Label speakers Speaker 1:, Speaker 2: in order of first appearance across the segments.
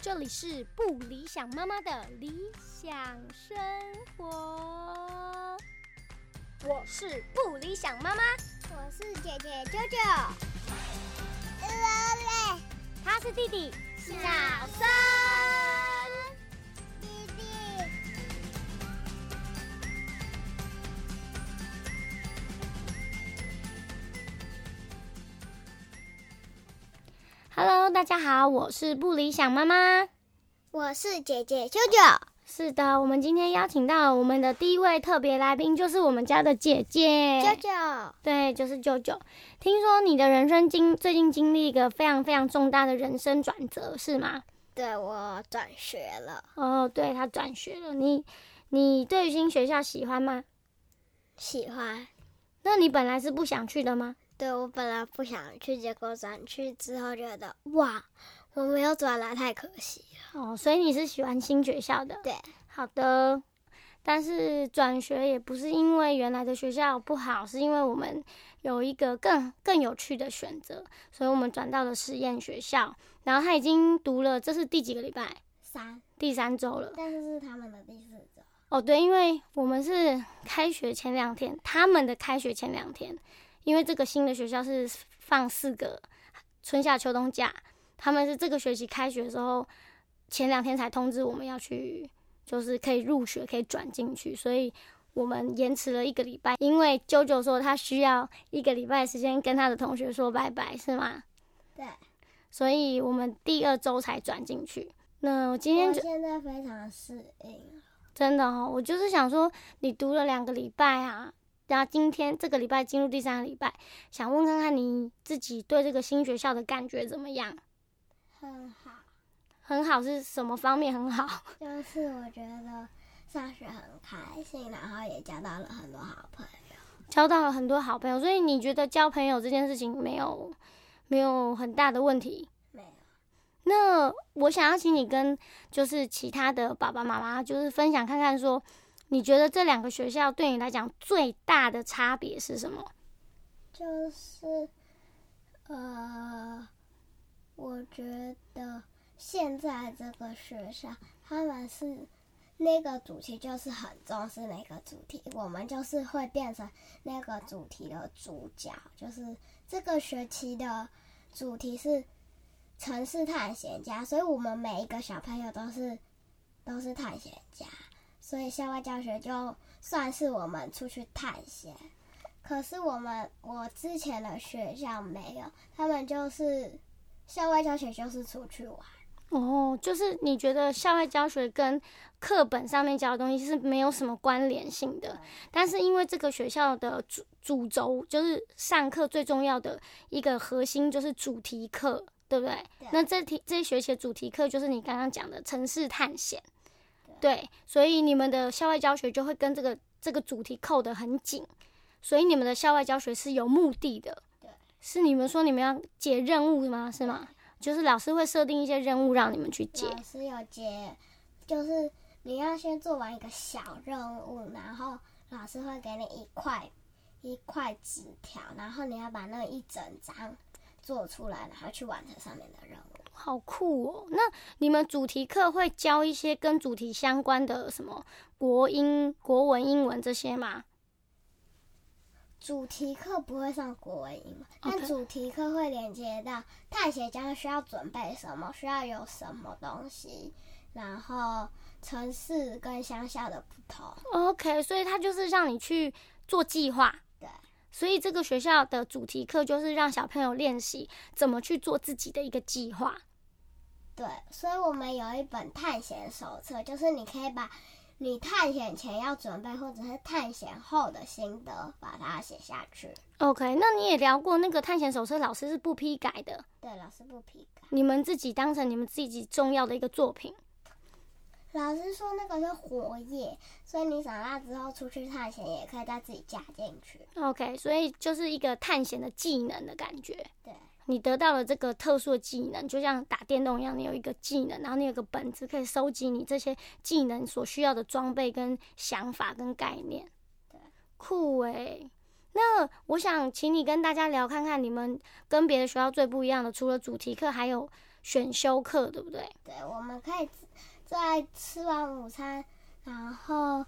Speaker 1: 这里是不理想妈妈的理想生活。我是不理想妈妈，
Speaker 2: 我是姐姐舅舅，乐乐
Speaker 1: 他是弟弟小三。
Speaker 2: 弟弟，
Speaker 1: Hello，大家好，我是不理想妈妈。
Speaker 2: 我是姐姐舅舅，
Speaker 1: 是的，我们今天邀请到我们的第一位特别来宾，就是我们家的姐姐。
Speaker 2: 舅舅
Speaker 1: 对，就是舅舅。听说你的人生经最近经历一个非常非常重大的人生转折，是吗？
Speaker 2: 对我转学了，
Speaker 1: 哦，对他转学了。你你对于新学校喜欢吗？
Speaker 2: 喜欢。
Speaker 1: 那你本来是不想去的吗？
Speaker 2: 对我本来不想去，结果转去之后觉得哇，我没有转来太可惜了。
Speaker 1: 哦，所以你是喜欢新学校的。
Speaker 2: 对，
Speaker 1: 好的。但是转学也不是因为原来的学校不好，是因为我们有一个更更有趣的选择，所以我们转到了实验学校。然后他已经读了，这是第几个礼拜？
Speaker 2: 三，
Speaker 1: 第三周了。
Speaker 2: 但是是他们的第四周。
Speaker 1: 哦，对，因为我们是开学前两天，他们的开学前两天，因为这个新的学校是放四个春夏秋冬假，他们是这个学期开学的时候前两天才通知我们要去，就是可以入学，可以转进去，所以我们延迟了一个礼拜，因为啾啾说他需要一个礼拜的时间跟他的同学说拜拜，是吗？
Speaker 2: 对，
Speaker 1: 所以我们第二周才转进去。那我今天
Speaker 2: 我
Speaker 1: 就。
Speaker 2: 现在非常适应。
Speaker 1: 真的哦，我就是想说，你读了两个礼拜啊，然后今天这个礼拜进入第三个礼拜，想问看看你自己对这个新学校的感觉怎么样？
Speaker 2: 很好，
Speaker 1: 很好是什么方面很好？
Speaker 2: 就是我觉得上学很开心，然后也交到了很多好朋友。
Speaker 1: 交到了很多好朋友，所以你觉得交朋友这件事情没有没有很大的问题？
Speaker 2: 没有，
Speaker 1: 那我想要请你跟就是其他的爸爸妈妈就是分享看看说，你觉得这两个学校对你来讲最大的差别是什么？
Speaker 2: 就是呃，我觉得现在这个学校他们是。那个主题就是很重视那个主题，我们就是会变成那个主题的主角。就是这个学期的主题是城市探险家，所以我们每一个小朋友都是都是探险家，所以校外教学就算是我们出去探险。可是我们我之前的学校没有，他们就是校外教学就是出去玩，
Speaker 1: 哦，就是你觉得校外教学跟课本上面教的东西是没有什么关联性
Speaker 2: 嗯
Speaker 1: 的，但是因为这个学校的主主轴就是上课最重要的一个核心就是主题课，对不对？
Speaker 2: 对啊
Speaker 1: 那这题这一学期的主题课就是你刚刚讲的城市探险，
Speaker 2: 啊
Speaker 1: 对，所以你们的校外教学就会跟这个这个主题扣得很紧，所以你们的校外教学是有目的的
Speaker 2: 对，
Speaker 1: 是你们说你们要解任务吗？是吗？就是老师会设定一些任务让你们去解。
Speaker 2: 老师有接，就是你要先做完一个小任务，然后老师会给你一块一块纸条，然后你要把那一整张做出来，然后去完成上面的任务。
Speaker 1: 好酷哦！那你们主题课会教一些跟主题相关的什么国英、国文、英文这些吗？
Speaker 2: 主题课不会上国文、英文，
Speaker 1: OK
Speaker 2: 但主题课会连接到探险家需要准备什么，需要有什么东西，然后城市跟乡下的不同。
Speaker 1: OK，所以他就是让你去做计划。
Speaker 2: 对，
Speaker 1: 所以这个学校的主题课就是让小朋友练习怎么去做自己的一个计划。
Speaker 2: 对，所以我们有一本探险手册，就是你可以把你探险前要准备或者是探险后的心得，把它写下去。
Speaker 1: OK，那你也聊过那个探险手册，老师是不批改的，
Speaker 2: 对，老师不批改。
Speaker 1: 你们自己当成你们自己重要的一个作品。
Speaker 2: 老师说那个是活页，所以你长大之后出去探险也可以再自己加进去。
Speaker 1: OK，所以就是一个探险的技能的感觉。
Speaker 2: 对，
Speaker 1: 你得到了这个特殊的技能，就像打电动一样，你有一个技能，然后你有个本子可以收集你这些技能所需要的装备、跟想法、跟概念
Speaker 2: 对。
Speaker 1: 酷诶、那我想请你跟大家聊看看，你们跟别的学校最不一样的，除了主题课，还有选修课，对不对？
Speaker 2: 对，我们可以吃在吃完午餐，然后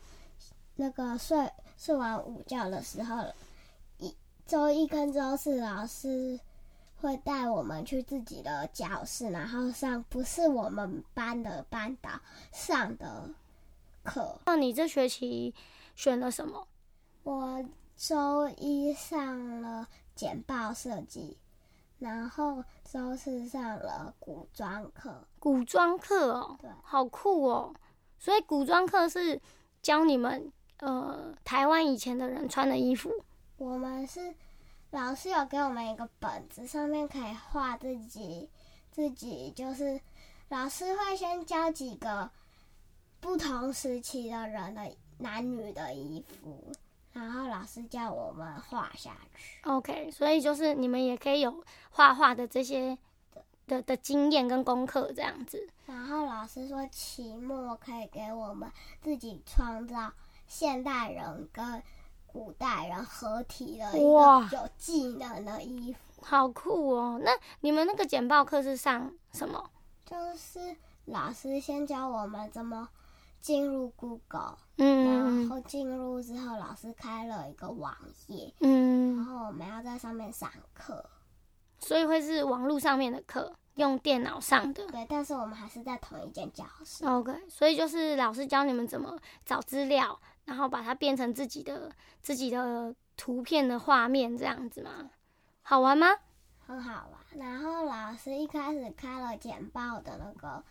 Speaker 2: 那个睡睡完午觉的时候，一周一跟周四老师会带我们去自己的教室，然后上不是我们班的班导上的课。
Speaker 1: 那你这学期选了什么？
Speaker 2: 我周一上了简报设计，然后周四上了古装课。
Speaker 1: 古装课哦
Speaker 2: 对，
Speaker 1: 好酷哦！所以古装课是教你们呃台湾以前的人穿的衣服，
Speaker 2: 我们是老师有给我们一个本子，上面可以画自己，自己就是老师会先教几个不同时期的人的男女的衣服，然后老师叫我们画下去。
Speaker 1: OK，所以就是你们也可以有画画的这些的的经验跟功课这样子。
Speaker 2: 然后老师说期末可以给我们自己创造现代人跟古代人合体的一
Speaker 1: 哇
Speaker 2: 个有技能的衣服，
Speaker 1: 好酷哦！那你们那个简报课是上什么？
Speaker 2: 就是老师先教我们怎么进入 Google，、然
Speaker 1: 嗯
Speaker 2: 后进入之后老师开了一个网页，然
Speaker 1: 嗯，
Speaker 2: 后我们要在上面上课，
Speaker 1: 所以会是网络上面的课，用电脑上的。
Speaker 2: 对，但是我们还是在同一间教室，
Speaker 1: OK，所以就是老师教你们怎么找资料，然后把它变成自己的自己的图片的画面这样子吗？好玩吗？
Speaker 2: 很好玩。然后老师一开始开了简报的那个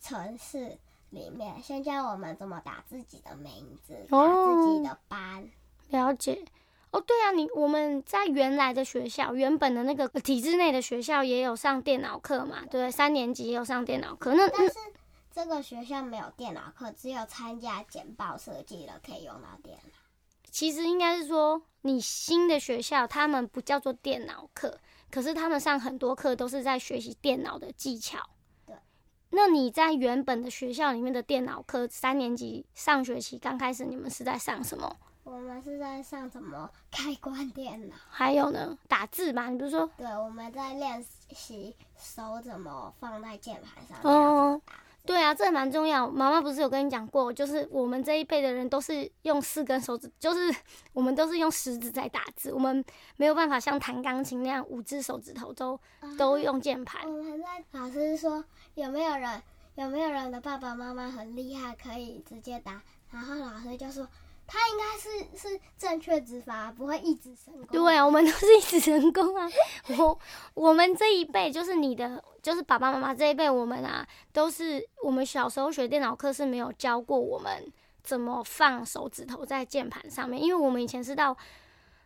Speaker 2: 城市里面，先教我们怎么打自己的名字，打自己的班。
Speaker 1: 了解。哦，对啊，你我们在原来的学校，原本的那个体制内的学校也有上电脑课嘛，对不对，三年级也有上电脑课。那
Speaker 2: 但是这个学校没有电脑课，只有参加简报设计的可以用到电脑。
Speaker 1: 其实应该是说，你新的学校他们不叫做电脑课，可是他们上很多课都是在学习电脑的技巧。
Speaker 2: 对。
Speaker 1: 那你在原本的学校里面的电脑课，三年级上学期刚开始，你们是在上什么？
Speaker 2: 我们是在上什么开关电脑？
Speaker 1: 还有呢，打字吧？你不是说
Speaker 2: 对，我们在练习手怎么放在键盘上。
Speaker 1: 哦，对啊，这蛮重要。妈妈不是有跟你讲过，就是我们这一辈的人都是用四根手指，就是我们都是用食指在打字，我们没有办法像弹钢琴那样五只手指头都
Speaker 2: 啊
Speaker 1: 都用键盘
Speaker 2: 我。们在老师说有没有人有没有人的爸爸妈妈很厉害，可以直接打，然后老师就说他应该是是正确指法，不会一直成功。
Speaker 1: 对，啊，我们都是一直成功啊。我我们这一辈就是你的，就是爸爸妈妈这一辈，我们啊都是我们小时候学电脑课是没有教过我们怎么放手指头在键盘上面，因为我们以前是到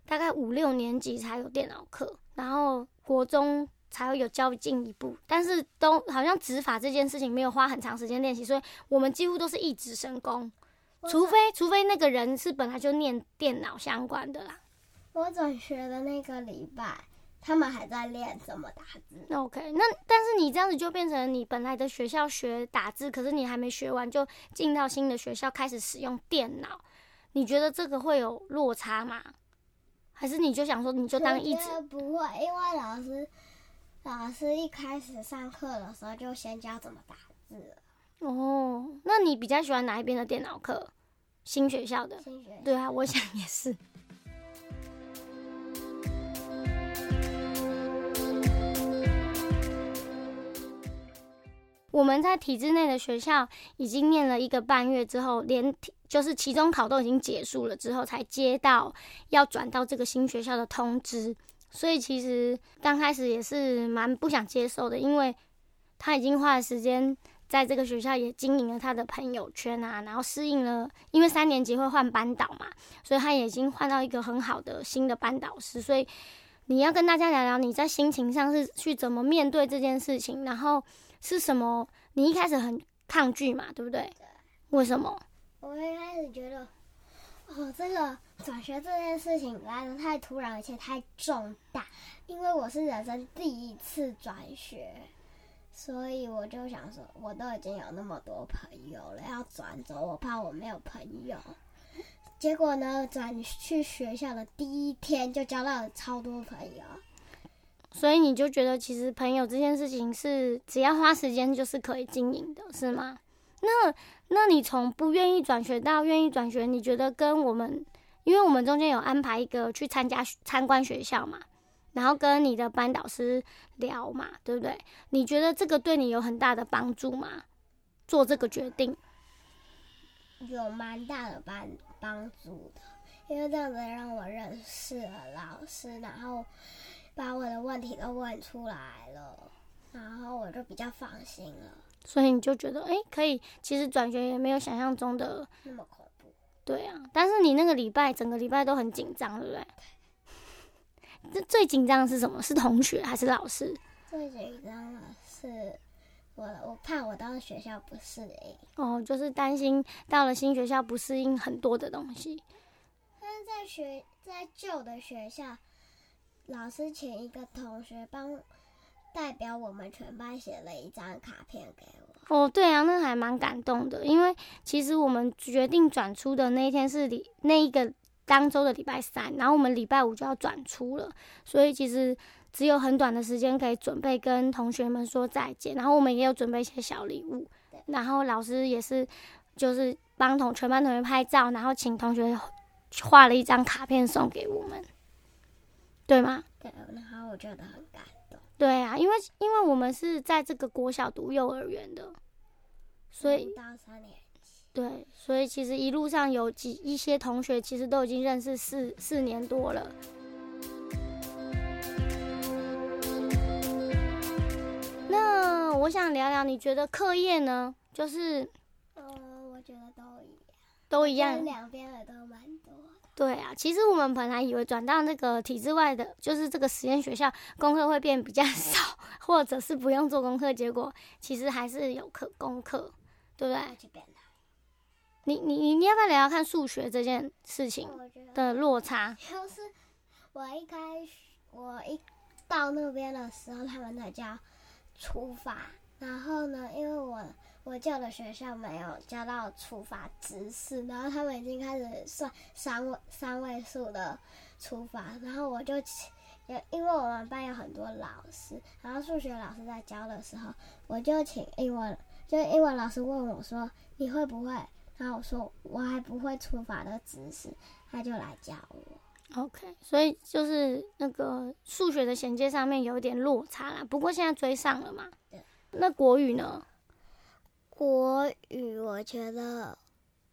Speaker 1: 大概五六年级才有电脑课，然后国中才会有教进一步，但是都好像指法这件事情没有花很长时间练习，所以我们几乎都是一指神功，
Speaker 2: 我
Speaker 1: 除
Speaker 2: 转
Speaker 1: 非除非那个人是本来就念电脑相关的啦。
Speaker 2: 我转学的那个礼拜，他们还在练怎么打字。
Speaker 1: 那 OK，那但是你这样子就变成你本来的学校学打字，可是你还没学完就进到新的学校开始使用电脑，你觉得这个会有落差吗？还是你就想说你就当一
Speaker 2: 我
Speaker 1: 直
Speaker 2: 觉得不会，啊因为老师老师一开始上课的时候就先教怎么打字了，
Speaker 1: 哦？那你比较喜欢哪一边的电脑课？新学校的？
Speaker 2: 新学期
Speaker 1: 对啊，我想也是。 我们在体制内的学校已经念了一个半月之后，连体就是期中考都已经结束了之后，才接到要转到这个新学校的通知，所以其实刚开始也是蛮不想接受的，因为他已经花了时间在这个学校也经营了他的朋友圈啊，然后适应了，因为三年级会换班导嘛，所以他也已经换到一个很好的新的班导师。所以你要跟大家聊聊你在心情上是去怎么面对这件事情，然后是什么？你一开始很抗拒嘛，对不对？为什么？
Speaker 2: 我一开始觉得，哦，这个转学这件事情来的太突然，而且太重大，因为我是人生第一次转学，所以我就想说，我都已经有那么多朋友了，要转走，我怕我没有朋友。结果呢，转去学校的第一天就交到了超多朋友，
Speaker 1: 所以你就觉得其实朋友这件事情是只要花时间就是可以经营的，是吗？那那你从不愿意转学到愿意转学，你觉得跟我们，因为我们中间有安排一个去参加参观学校嘛，然后跟你的班导师聊嘛，对不对？你觉得这个对你有很大的帮助吗？做这个决定，
Speaker 2: 有蛮大的帮帮助的，因为这样子让我认识了老师，然后把我的问题都问出来了，然后我就比较放心了，
Speaker 1: 所以你就觉得，诶，可以，其实转学也没有想象中的，
Speaker 2: 那么恐怖。
Speaker 1: 对啊。但是你那个礼拜整个礼拜都很紧张，对不对？这最紧张的是什么？是同学还是老师？
Speaker 2: 最紧张的是我，我怕我到学校不适应，
Speaker 1: 哦，就是担心到了新学校不适应很多的东西。
Speaker 2: 但是在学在旧的学校，老师请一个同学帮代表我们全班写了一张卡片给我，
Speaker 1: 哦，对啊，那还蛮感动的，因为其实我们决定转出的那一天是礼那一个当周的礼拜三，然后我们礼拜五就要转出了，所以其实只有很短的时间可以准备跟同学们说再见，然后我们也有准备一些小礼物，然后老师也是就是帮同全班同学拍照，然后请同学画了一张卡片送给我们，对吗？
Speaker 2: 对，然后我觉得很感动。
Speaker 1: 对啊，因为因为我们是在这个国小读幼儿园的，所以
Speaker 2: 一到三年
Speaker 1: 对，所以其实一路上有几一些同学，其实都已经认识四四年多了。那我想聊聊，你觉得课业呢？就是
Speaker 2: 嗯，我觉得都一样，
Speaker 1: 都一样，
Speaker 2: 一两边的都蛮多的。
Speaker 1: 对啊。其实我们本来以为转到那个体制外的，就是这个实验学校，功课会变比较 少，或者是不用做功课，结果其实还是有课功课，对不对
Speaker 2: 那？就变了。
Speaker 1: 你你你你要不要聊聊看数学这件事情
Speaker 2: 我觉得
Speaker 1: 的落差？
Speaker 2: 就是我一开始我一到那边的时候，他们才教除法。然后呢，因为我我教的学校没有教到除法知识，然后他们已经开始算三位三位数的除法，然后我就起也因为我们班有很多老师，然后数学老师在教的时候，我就请英文，就英文老师问我说你会不会？然后我说我还不会除法的知识，他就来教我。
Speaker 1: OK，所以就是那个数学的衔接上面有一点落差啦，不过现在追上了嘛
Speaker 2: 对。
Speaker 1: 那国语呢？
Speaker 2: 国语我觉得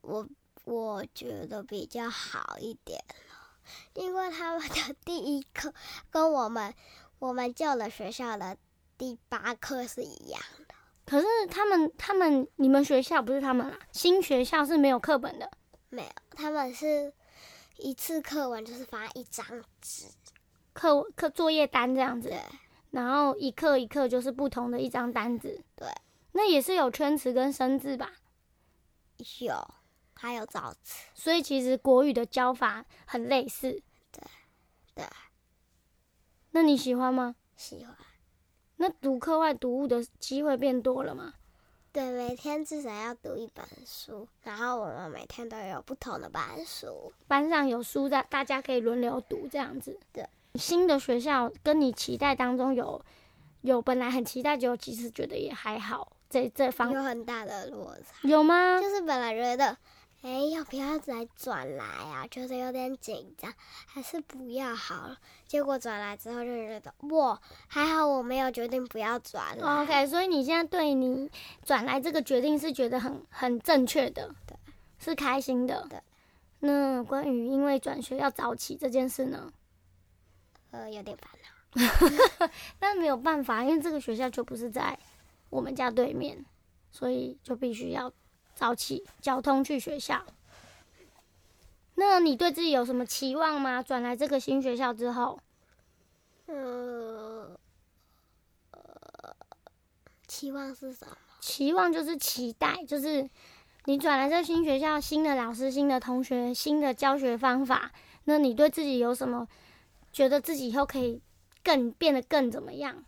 Speaker 2: 我我觉得比较好一点了因为他们的第一课跟我们 我们旧的学校的第八课是一样的，
Speaker 1: 可是他们他们你们学校不是他们啦，新学校是没有课本的，
Speaker 2: 没有，他们是一次课文就是发一张纸，
Speaker 1: 课课作业单这样子
Speaker 2: 对，
Speaker 1: 然后一课一课就是不同的一张单子。
Speaker 2: 对，
Speaker 1: 那也是有圈词跟生字吧。
Speaker 2: 有还有造词，
Speaker 1: 所以其实国语的教法很类似。
Speaker 2: 对，对。
Speaker 1: 那你喜欢吗？
Speaker 2: 喜欢。
Speaker 1: 那读课外读物的机会变多了吗？
Speaker 2: 对，每天至少要读一本书，然后我们每天都有不同的班书。
Speaker 1: 班上有书在，大家可以轮流读这样子。
Speaker 2: 对。
Speaker 1: 新的学校跟你期待当中有有本来很期待，结果其实觉得也还好，这这方
Speaker 2: 有很大的落差。
Speaker 1: 有吗？
Speaker 2: 就是本来觉得，哎，要不要再转来啊？觉得有点紧张，还是不要好了。结果转来之后就觉得，哇，还好我没有决定不要转了。
Speaker 1: 哦 OK，所以你现在对你转来这个决定是觉得很很正确的，
Speaker 2: 对，
Speaker 1: 是开心的。
Speaker 2: 对。
Speaker 1: 那关于因为转学要早起这件事呢？
Speaker 2: 呃，有点烦恼。
Speaker 1: 但没有办法，因为这个学校就不是在我们家对面，所以就必须要早起交通去学校。那你对自己有什么期望吗？转来这个新学校之后，
Speaker 2: 嗯、呃，呃期望是什么？
Speaker 1: 期望就是期待，就是你转来这新学校，新的老师、新的同学、新的教学方法，那你对自己有什么觉得自己以后可以更变得更怎么样？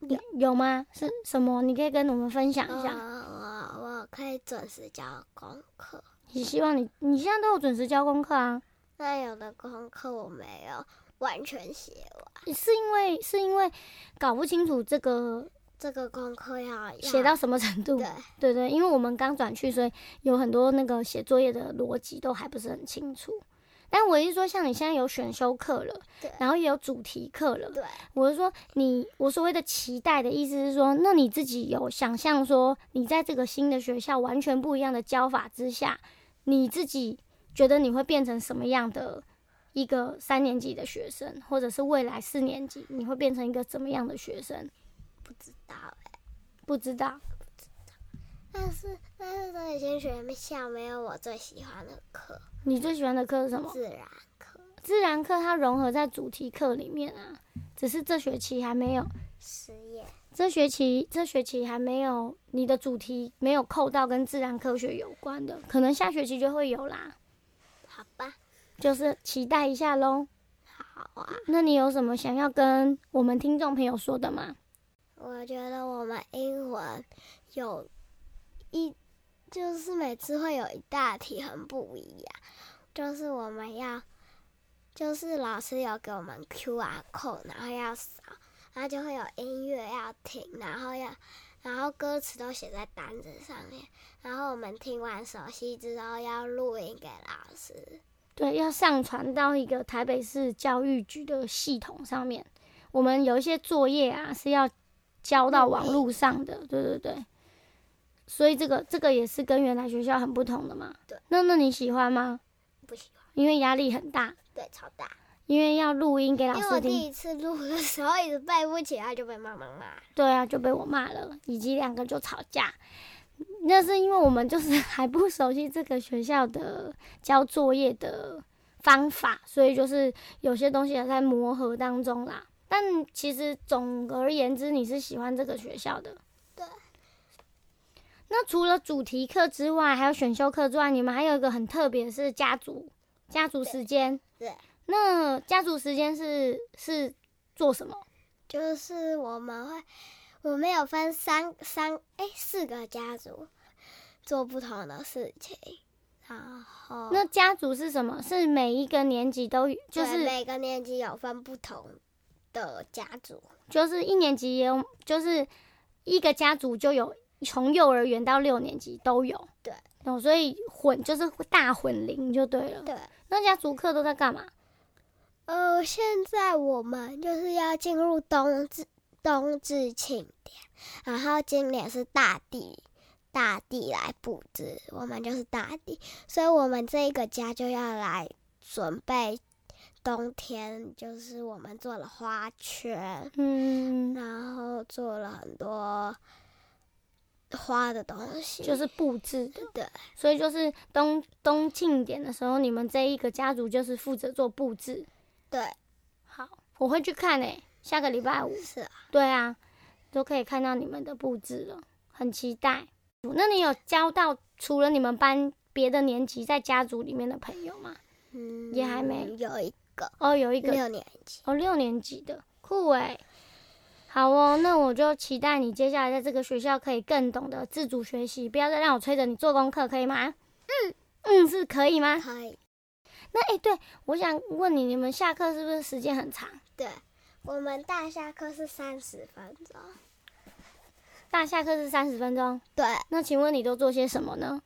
Speaker 1: 有有吗？是什么？你可以跟我们分享一下。
Speaker 2: 呃，我我可以准时交功课。
Speaker 1: 你希望你你现在都有准时交功课啊？
Speaker 2: 那有的功课我没有，完全写完
Speaker 1: 是因为是因为搞不清楚这个
Speaker 2: 这个功课要要
Speaker 1: 写到什么程度
Speaker 2: 对，
Speaker 1: 对对，因为我们刚转去，所以有很多那个写作业的逻辑都还不是很清楚。但我是说，像你现在有选修课了
Speaker 2: 对，
Speaker 1: 然后也有主题课了，
Speaker 2: 对
Speaker 1: 我是说你，我所谓的期待的意思是说，那你自己有想象说，你在这个新的学校完全不一样的教法之下，你自己觉得你会变成什么样的一个三年级的学生，或者是未来四年级你会变成一个怎么样的学生？
Speaker 2: 不知道哎、
Speaker 1: 不知道。
Speaker 2: 但是但是这里先学校没有我最喜欢的课，
Speaker 1: 你最喜欢的课是什么？
Speaker 2: 自然课
Speaker 1: 自然课它融合在主题课里面啊，只是这学期还没有，
Speaker 2: 实验，
Speaker 1: 这学期这学期还没有你的主题没有扣到跟自然科学有关的，可能下学期就会有啦。
Speaker 2: 好吧，
Speaker 1: 就是期待一下喽。
Speaker 2: 好啊。
Speaker 1: 那你有什么想要跟我们听众朋友说的吗？
Speaker 2: 我觉得我们英文有一，就是每次会有一大题很不一样，就是我们要，就是老师有给我们 QR code，然后要扫，然后就会有音乐要听，然后要，然后歌词都写在单子上面，然后我们听完熟悉之后要录音给老师。
Speaker 1: 对，要上传到一个台北市教育局的系统上面。我们有一些作业啊是要交到网络上的，对对对。所以这个这个也是跟原来学校很不同的嘛。
Speaker 2: 对。
Speaker 1: 那那你喜欢吗？
Speaker 2: 不喜欢，
Speaker 1: 因为压力很大，
Speaker 2: 对，超大，
Speaker 1: 因为要录音给老
Speaker 2: 因为我
Speaker 1: 师
Speaker 2: 第
Speaker 1: 听。
Speaker 2: 一次录的时候一直背不起来，就被妈妈骂。
Speaker 1: 对啊，就被我骂了，以及两个就吵架。那是因为我们就是 还不熟悉这个学校的交作业的方法，所以就是有些东西还在磨合当中啦。但其实总而言之，你是喜欢这个学校的。
Speaker 2: 对。
Speaker 1: 那除了主题课之外，还有选修课之外，你们还有一个很特别的是家族家族时间。
Speaker 2: 对。
Speaker 1: 那家族时间是是做什么？
Speaker 2: 就是我们会，我们有分三三哎四个家族，做不同的事情，然后
Speaker 1: 那家族是什么？是每一个年级都有就
Speaker 2: 哦对
Speaker 1: 是
Speaker 2: 每个年级有分不同的家族，
Speaker 1: 就是一年级也有，就是一个家族就有从幼儿园到六年级都有。
Speaker 2: 对，
Speaker 1: 哦，所以混就是大混龄就对了。
Speaker 2: 对。
Speaker 1: 那家族课都在干嘛？
Speaker 2: 呃，现在我们就是要进入冬至冬至庆典，然后今年是大地大地来布置，我们就是大地，所以我们这一个家就要来准备冬天，就是我们做了花圈，
Speaker 1: 嗯，
Speaker 2: 然后做了很多花的东西，
Speaker 1: 就是布置。
Speaker 2: 对
Speaker 1: 所以就是冬冬庆典的时候，你们这一个家族就是负责做布置。
Speaker 2: 对
Speaker 1: 好，我会去看诶、欸下个礼拜五。
Speaker 2: 是啊，
Speaker 1: 对啊，都可以看到你们的布置了，很期待。那你有交到除了你们班别的年级在家族里面的朋友吗？
Speaker 2: 嗯，
Speaker 1: 也还没
Speaker 2: 有一个
Speaker 1: 哦，有一个
Speaker 2: 六年级，
Speaker 1: 哦，六年级的酷诶。好哦，那我就期待你接下来在这个学校可以更懂得自主学习，不要再让我催着你做功课，可以吗？嗯嗯，是可以吗？
Speaker 2: 可以。
Speaker 1: 那诶，对，我想问你，你们下课是不是时间很长？
Speaker 2: 对，我们大下课是三十分钟。
Speaker 1: 大下课是三十分钟，
Speaker 2: 对，
Speaker 1: 那请问你都做些什么呢？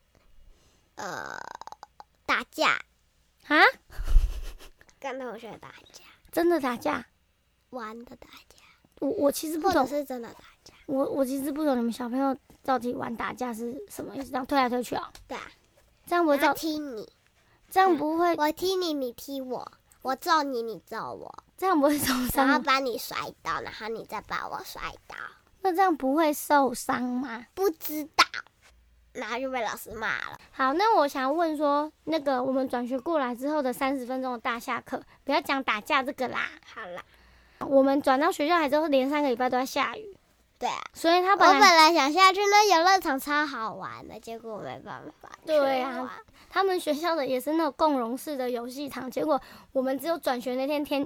Speaker 2: 呃，打架，
Speaker 1: 啊，
Speaker 2: 跟同学打架，
Speaker 1: 真的打架？
Speaker 2: 玩的打架，
Speaker 1: 我我其实不
Speaker 2: 或者
Speaker 1: 懂，
Speaker 2: 是真的打架。
Speaker 1: 我我其实不懂你们小朋友到底玩打架是什么意思，这样推来推去啊、
Speaker 2: 对啊，
Speaker 1: 这样不会
Speaker 2: 他
Speaker 1: 造，
Speaker 2: 踢你，
Speaker 1: 这样不会，
Speaker 2: 我踢你，你踢我，我揍你，你揍我，
Speaker 1: 这样不会受伤
Speaker 2: 然后
Speaker 1: 吗？
Speaker 2: 把你摔倒，然后你再把我摔倒，
Speaker 1: 那这样不会受伤吗？
Speaker 2: 不知道，然后就被老师骂了。
Speaker 1: 好，那我想问说，那个我们转学过来之后的三十分钟的大下课，不要讲打架这个啦。
Speaker 2: 好啦，
Speaker 1: 我们转到学校来之后，连三个礼拜都在下雨，
Speaker 2: 对啊，
Speaker 1: 所以他
Speaker 2: 我
Speaker 1: 本
Speaker 2: 本
Speaker 1: 来
Speaker 2: 来想下去那游乐场超好玩的，结果没办法去玩。
Speaker 1: 对啊他们学校的也是那种共融式的游戏场，结果我们只有转学那天天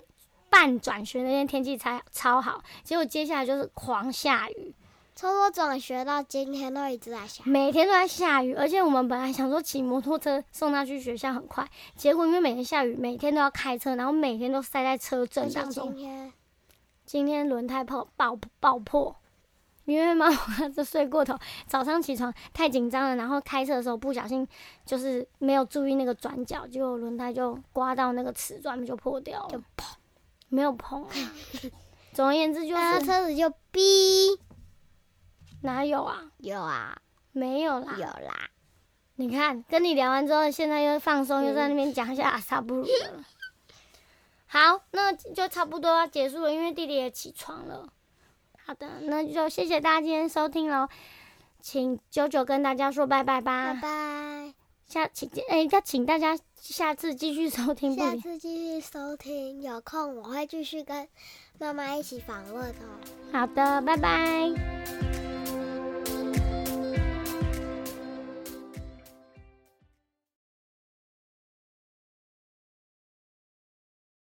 Speaker 1: 半转学那天天气才超好，结果接下来就是狂下雨。
Speaker 2: 从我转学到今天都一直在下雨。
Speaker 1: 每天都在下雨，而且我们本来想说骑摩托车送他去学校很快，结果因为每天下雨，每天都要开车，然后每天都塞在车
Speaker 2: 而
Speaker 1: 阵
Speaker 2: 且
Speaker 1: 当
Speaker 2: 今
Speaker 1: 中。
Speaker 2: 天
Speaker 1: 今天轮胎爆爆爆破，因为妈妈就睡过头，早上起床太紧张了，然后开车的时候不小心就是没有注意那个转角，结果轮胎就刮到那个瓷砖就破掉了，
Speaker 2: 就
Speaker 1: 砰，没有砰啊。 总而言之就
Speaker 2: 然后
Speaker 1: 是
Speaker 2: 车子就哔，
Speaker 1: 哪有啊？
Speaker 2: 有啊，
Speaker 1: 没有啦，
Speaker 2: 有啦，
Speaker 1: 你看，跟你聊完之后，现在又放松，
Speaker 2: 嗯
Speaker 1: 又在那边讲一下阿 啊萨布鲁的了。好，那就差不多要结束了，因为弟弟也起床了。好的，那就谢谢大家今天收听喽，请九九跟大家说拜拜吧。
Speaker 2: 拜拜，
Speaker 1: 下请哎，要请大家下次继续收听不
Speaker 2: 下
Speaker 1: 理。
Speaker 2: 次继续收听，有空我会继续跟妈妈一起访问哦。
Speaker 1: 好的，拜拜。